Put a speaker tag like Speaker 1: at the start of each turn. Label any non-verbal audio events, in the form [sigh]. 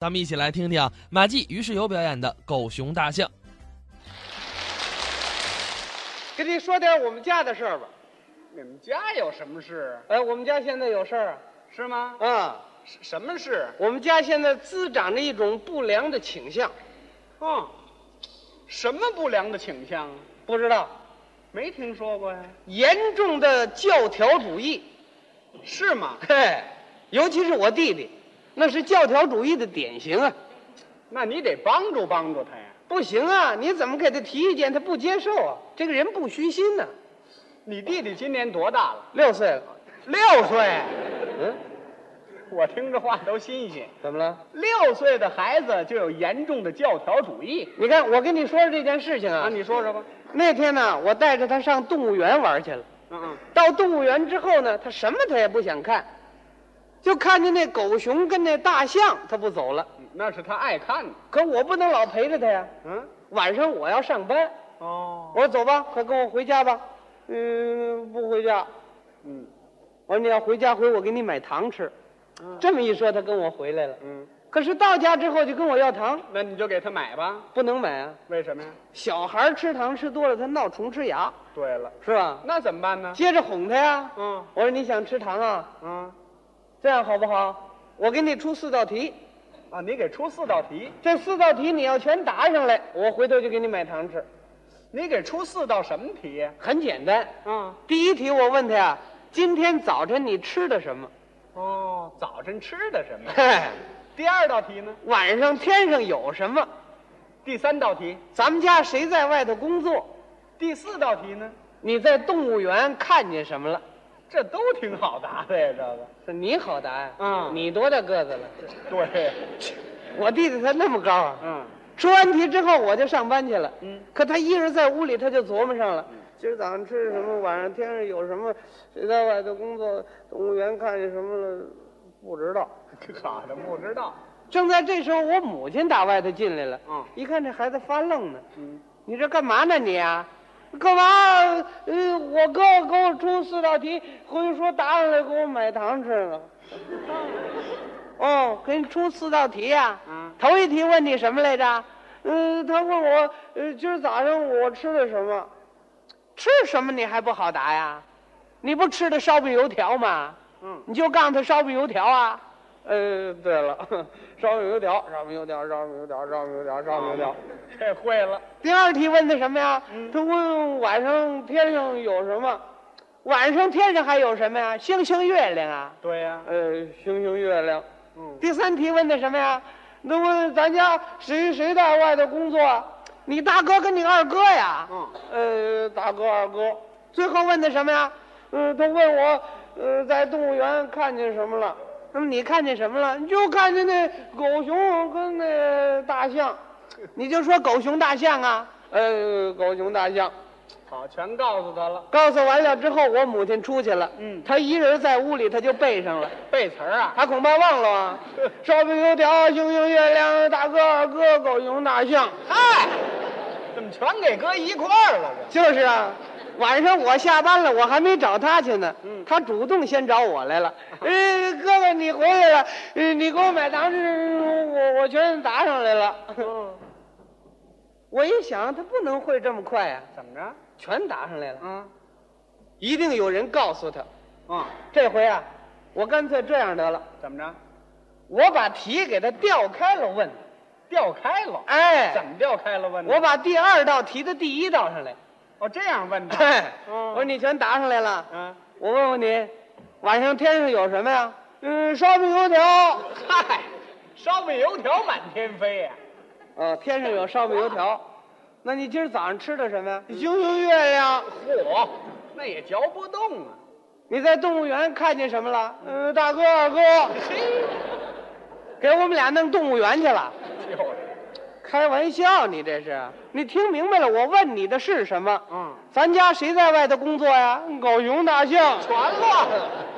Speaker 1: 咱们一起来听听马季、于世友表演的《狗熊大象》。
Speaker 2: 跟您说点我们家的事儿吧。
Speaker 3: 你们家有什么事？啊
Speaker 2: 哎，我们家现在有事儿
Speaker 3: 是吗？
Speaker 2: 啊。啊，
Speaker 3: 什什么事？
Speaker 2: 我们家现在滋长着一种不良的倾向，
Speaker 3: 嗯，什么不良的倾向啊？
Speaker 2: 不知道
Speaker 3: 没听说过呀？
Speaker 2: 严重的教条主义。
Speaker 3: 是吗？
Speaker 2: 嘿，尤其是我弟弟，那是教条主义的典型啊！
Speaker 3: 那你得帮助帮助他呀。
Speaker 2: 不行啊，你怎么给他提意见，他不接受啊？这个人不虚心呐、
Speaker 3: 你弟弟今年多大了？
Speaker 2: 六岁了，六岁，嗯，
Speaker 3: 我听这话都新鲜。
Speaker 2: 怎么了？
Speaker 3: 六岁的孩子就有严重的教条主义
Speaker 2: 你看，我跟你说说这件事情啊。
Speaker 3: 啊！你说说吧。
Speaker 2: 那天呢，我带着他上动物园玩去了。
Speaker 3: 嗯嗯，
Speaker 2: 到动物园之后呢，他什么他也不想看，就看见那狗熊跟那大象，他不走了。
Speaker 3: 嗯那是他爱看的。
Speaker 2: 可我不能老陪着他呀，
Speaker 3: 嗯，
Speaker 2: 晚上我要上班。
Speaker 3: 哦，
Speaker 2: 我说走吧，快跟我回家吧。嗯，不回家。
Speaker 3: 嗯
Speaker 2: 我说你要回家回，我给你买糖吃。
Speaker 3: 嗯
Speaker 2: 这么一说，他跟我回来了。
Speaker 3: 嗯，
Speaker 2: 可是到家之后就跟我要糖，
Speaker 3: 那你就给他买吧。
Speaker 2: 不能买啊。
Speaker 3: 为什么呀？
Speaker 2: 小孩儿吃糖吃多了，他闹虫吃牙，
Speaker 3: 对了，
Speaker 2: 是吧？
Speaker 3: 那怎么办呢？
Speaker 2: 接着哄他呀。
Speaker 3: 嗯
Speaker 2: 我说你想吃糖啊？
Speaker 3: 嗯，
Speaker 2: 这样好不好？我给你出四道题，
Speaker 3: 啊，你给出四道题，
Speaker 2: 这四道题你要全答上来，我回头就给你买糖吃。
Speaker 3: 你给出四道什么题呀？
Speaker 2: 很简单。
Speaker 3: 嗯，
Speaker 2: 第一题我问他呀，今天早晨你吃的什么？ [laughs]
Speaker 3: 哦，早晨吃的什么？
Speaker 2: 嘿，
Speaker 3: 第二道题呢？
Speaker 2: 晚上天上有什么？
Speaker 3: 第三道题？
Speaker 2: 咱们家谁在外头工作？
Speaker 3: 第四道题呢？
Speaker 2: 你在动物园看见什么了？
Speaker 3: 这都挺好答的呀，这
Speaker 2: 是你好答案
Speaker 3: 嗯
Speaker 2: 你多大个子了？
Speaker 3: 个 [laughs] 对，
Speaker 2: 我弟弟他那么高啊！
Speaker 3: 嗯
Speaker 2: 说完题之后，我就上班去了。
Speaker 3: 嗯，
Speaker 2: 可他一直在屋里，他就琢磨上了。今儿早上吃什么？晚上天上有什么？谁在外头工作？动物园看见什么了？不知道。
Speaker 3: 好的不知道，
Speaker 2: 正在这时候，我母亲打外头进来了。
Speaker 3: 嗯
Speaker 2: 一看这孩子发愣呢。
Speaker 3: 嗯，
Speaker 2: 你这干嘛呢你啊？干嘛？呃，我哥给我出四道题，回去说答案来给我买糖吃
Speaker 3: [laughs]
Speaker 2: 了。哦，给你出四道题啊呀、
Speaker 3: 嗯
Speaker 2: 头一题问你什么来着？嗯，他问我，呃，今儿早上我吃的什么？吃什么你还不好答呀？你不吃的烧饼油条吗？
Speaker 3: 嗯，
Speaker 2: 你就告诉他烧饼油条啊。呃，对了， [laughs] 烧饼油条，烧饼油条，烧饼油条，烧饼油条，烧饼油条。嗯
Speaker 3: 这会了，
Speaker 2: 哦第二题问的什么呀？他问晚上天上有什么？晚上天上还有什么呀？星星月亮啊？
Speaker 3: 对呀、
Speaker 2: 呃，星星月亮。
Speaker 3: 嗯，
Speaker 2: 第三题问的什么呀？那问咱家谁谁在外头工作？你大哥跟你二哥呀？
Speaker 3: 嗯。
Speaker 2: 呃，大哥二哥。最后问的什么呀？呃，他问我，呃，在动物园看见什么了？那么你看见什么了？你就看见那狗熊跟那大象，你就说狗熊大象啊。呃，狗熊大象。
Speaker 3: 好，全告诉他了，
Speaker 2: 告诉完了之后，我母亲出去了。
Speaker 3: 嗯
Speaker 2: 她一人在屋里，她就背上了。
Speaker 3: 背词儿啊，
Speaker 2: 他恐怕忘了啊。
Speaker 3: [laughs]
Speaker 2: 烧饼油条、星星月亮、大哥二哥、狗熊大象，
Speaker 3: 嗨，怎么全给搁一块儿了这？
Speaker 2: 就是啊。晚上我下班了，我还没找他去呢。
Speaker 3: 嗯
Speaker 2: 他主动先找我来了。呃，哥哥你回来了，呃，你给我买糖吃，我我全答上来了。 [laughs]
Speaker 3: 嗯，
Speaker 2: 我一想，他不能会这么快啊，
Speaker 3: 怎么着？
Speaker 2: 全答上来了。
Speaker 3: 嗯
Speaker 2: 一定有人告诉他，
Speaker 3: 嗯，
Speaker 2: 这回啊，我干脆这样得了，
Speaker 3: 怎么着？
Speaker 2: 我把题给他调开了问。
Speaker 3: 调开了，
Speaker 2: 哎，
Speaker 3: 怎么调开了问呢？
Speaker 2: 我把第二道题的第一道上来。
Speaker 3: 哦这样问的，
Speaker 2: 哎，
Speaker 3: 嗯
Speaker 2: [laughs] 我说你全答上来了。
Speaker 3: 嗯，
Speaker 2: 我问问你，晚上天上有什么呀？嗯，烧饼油条。
Speaker 3: 嗨，烧饼油条满天飞呀、
Speaker 2: 哦，天上有烧饼油条。那你今儿早上吃的什么呀？星星月亮。
Speaker 3: 嚯，那也嚼不动啊！
Speaker 2: 你在动物园看见什么了？嗯，大哥二哥，
Speaker 3: 嘿，
Speaker 2: 给我们俩弄动物园去了。
Speaker 3: 哎就是，
Speaker 2: 开玩笑，你这是？你听明白了？我问你的是什么？
Speaker 3: 嗯，
Speaker 2: 咱家谁在外头工作呀？狗熊大象。
Speaker 3: 全乱了。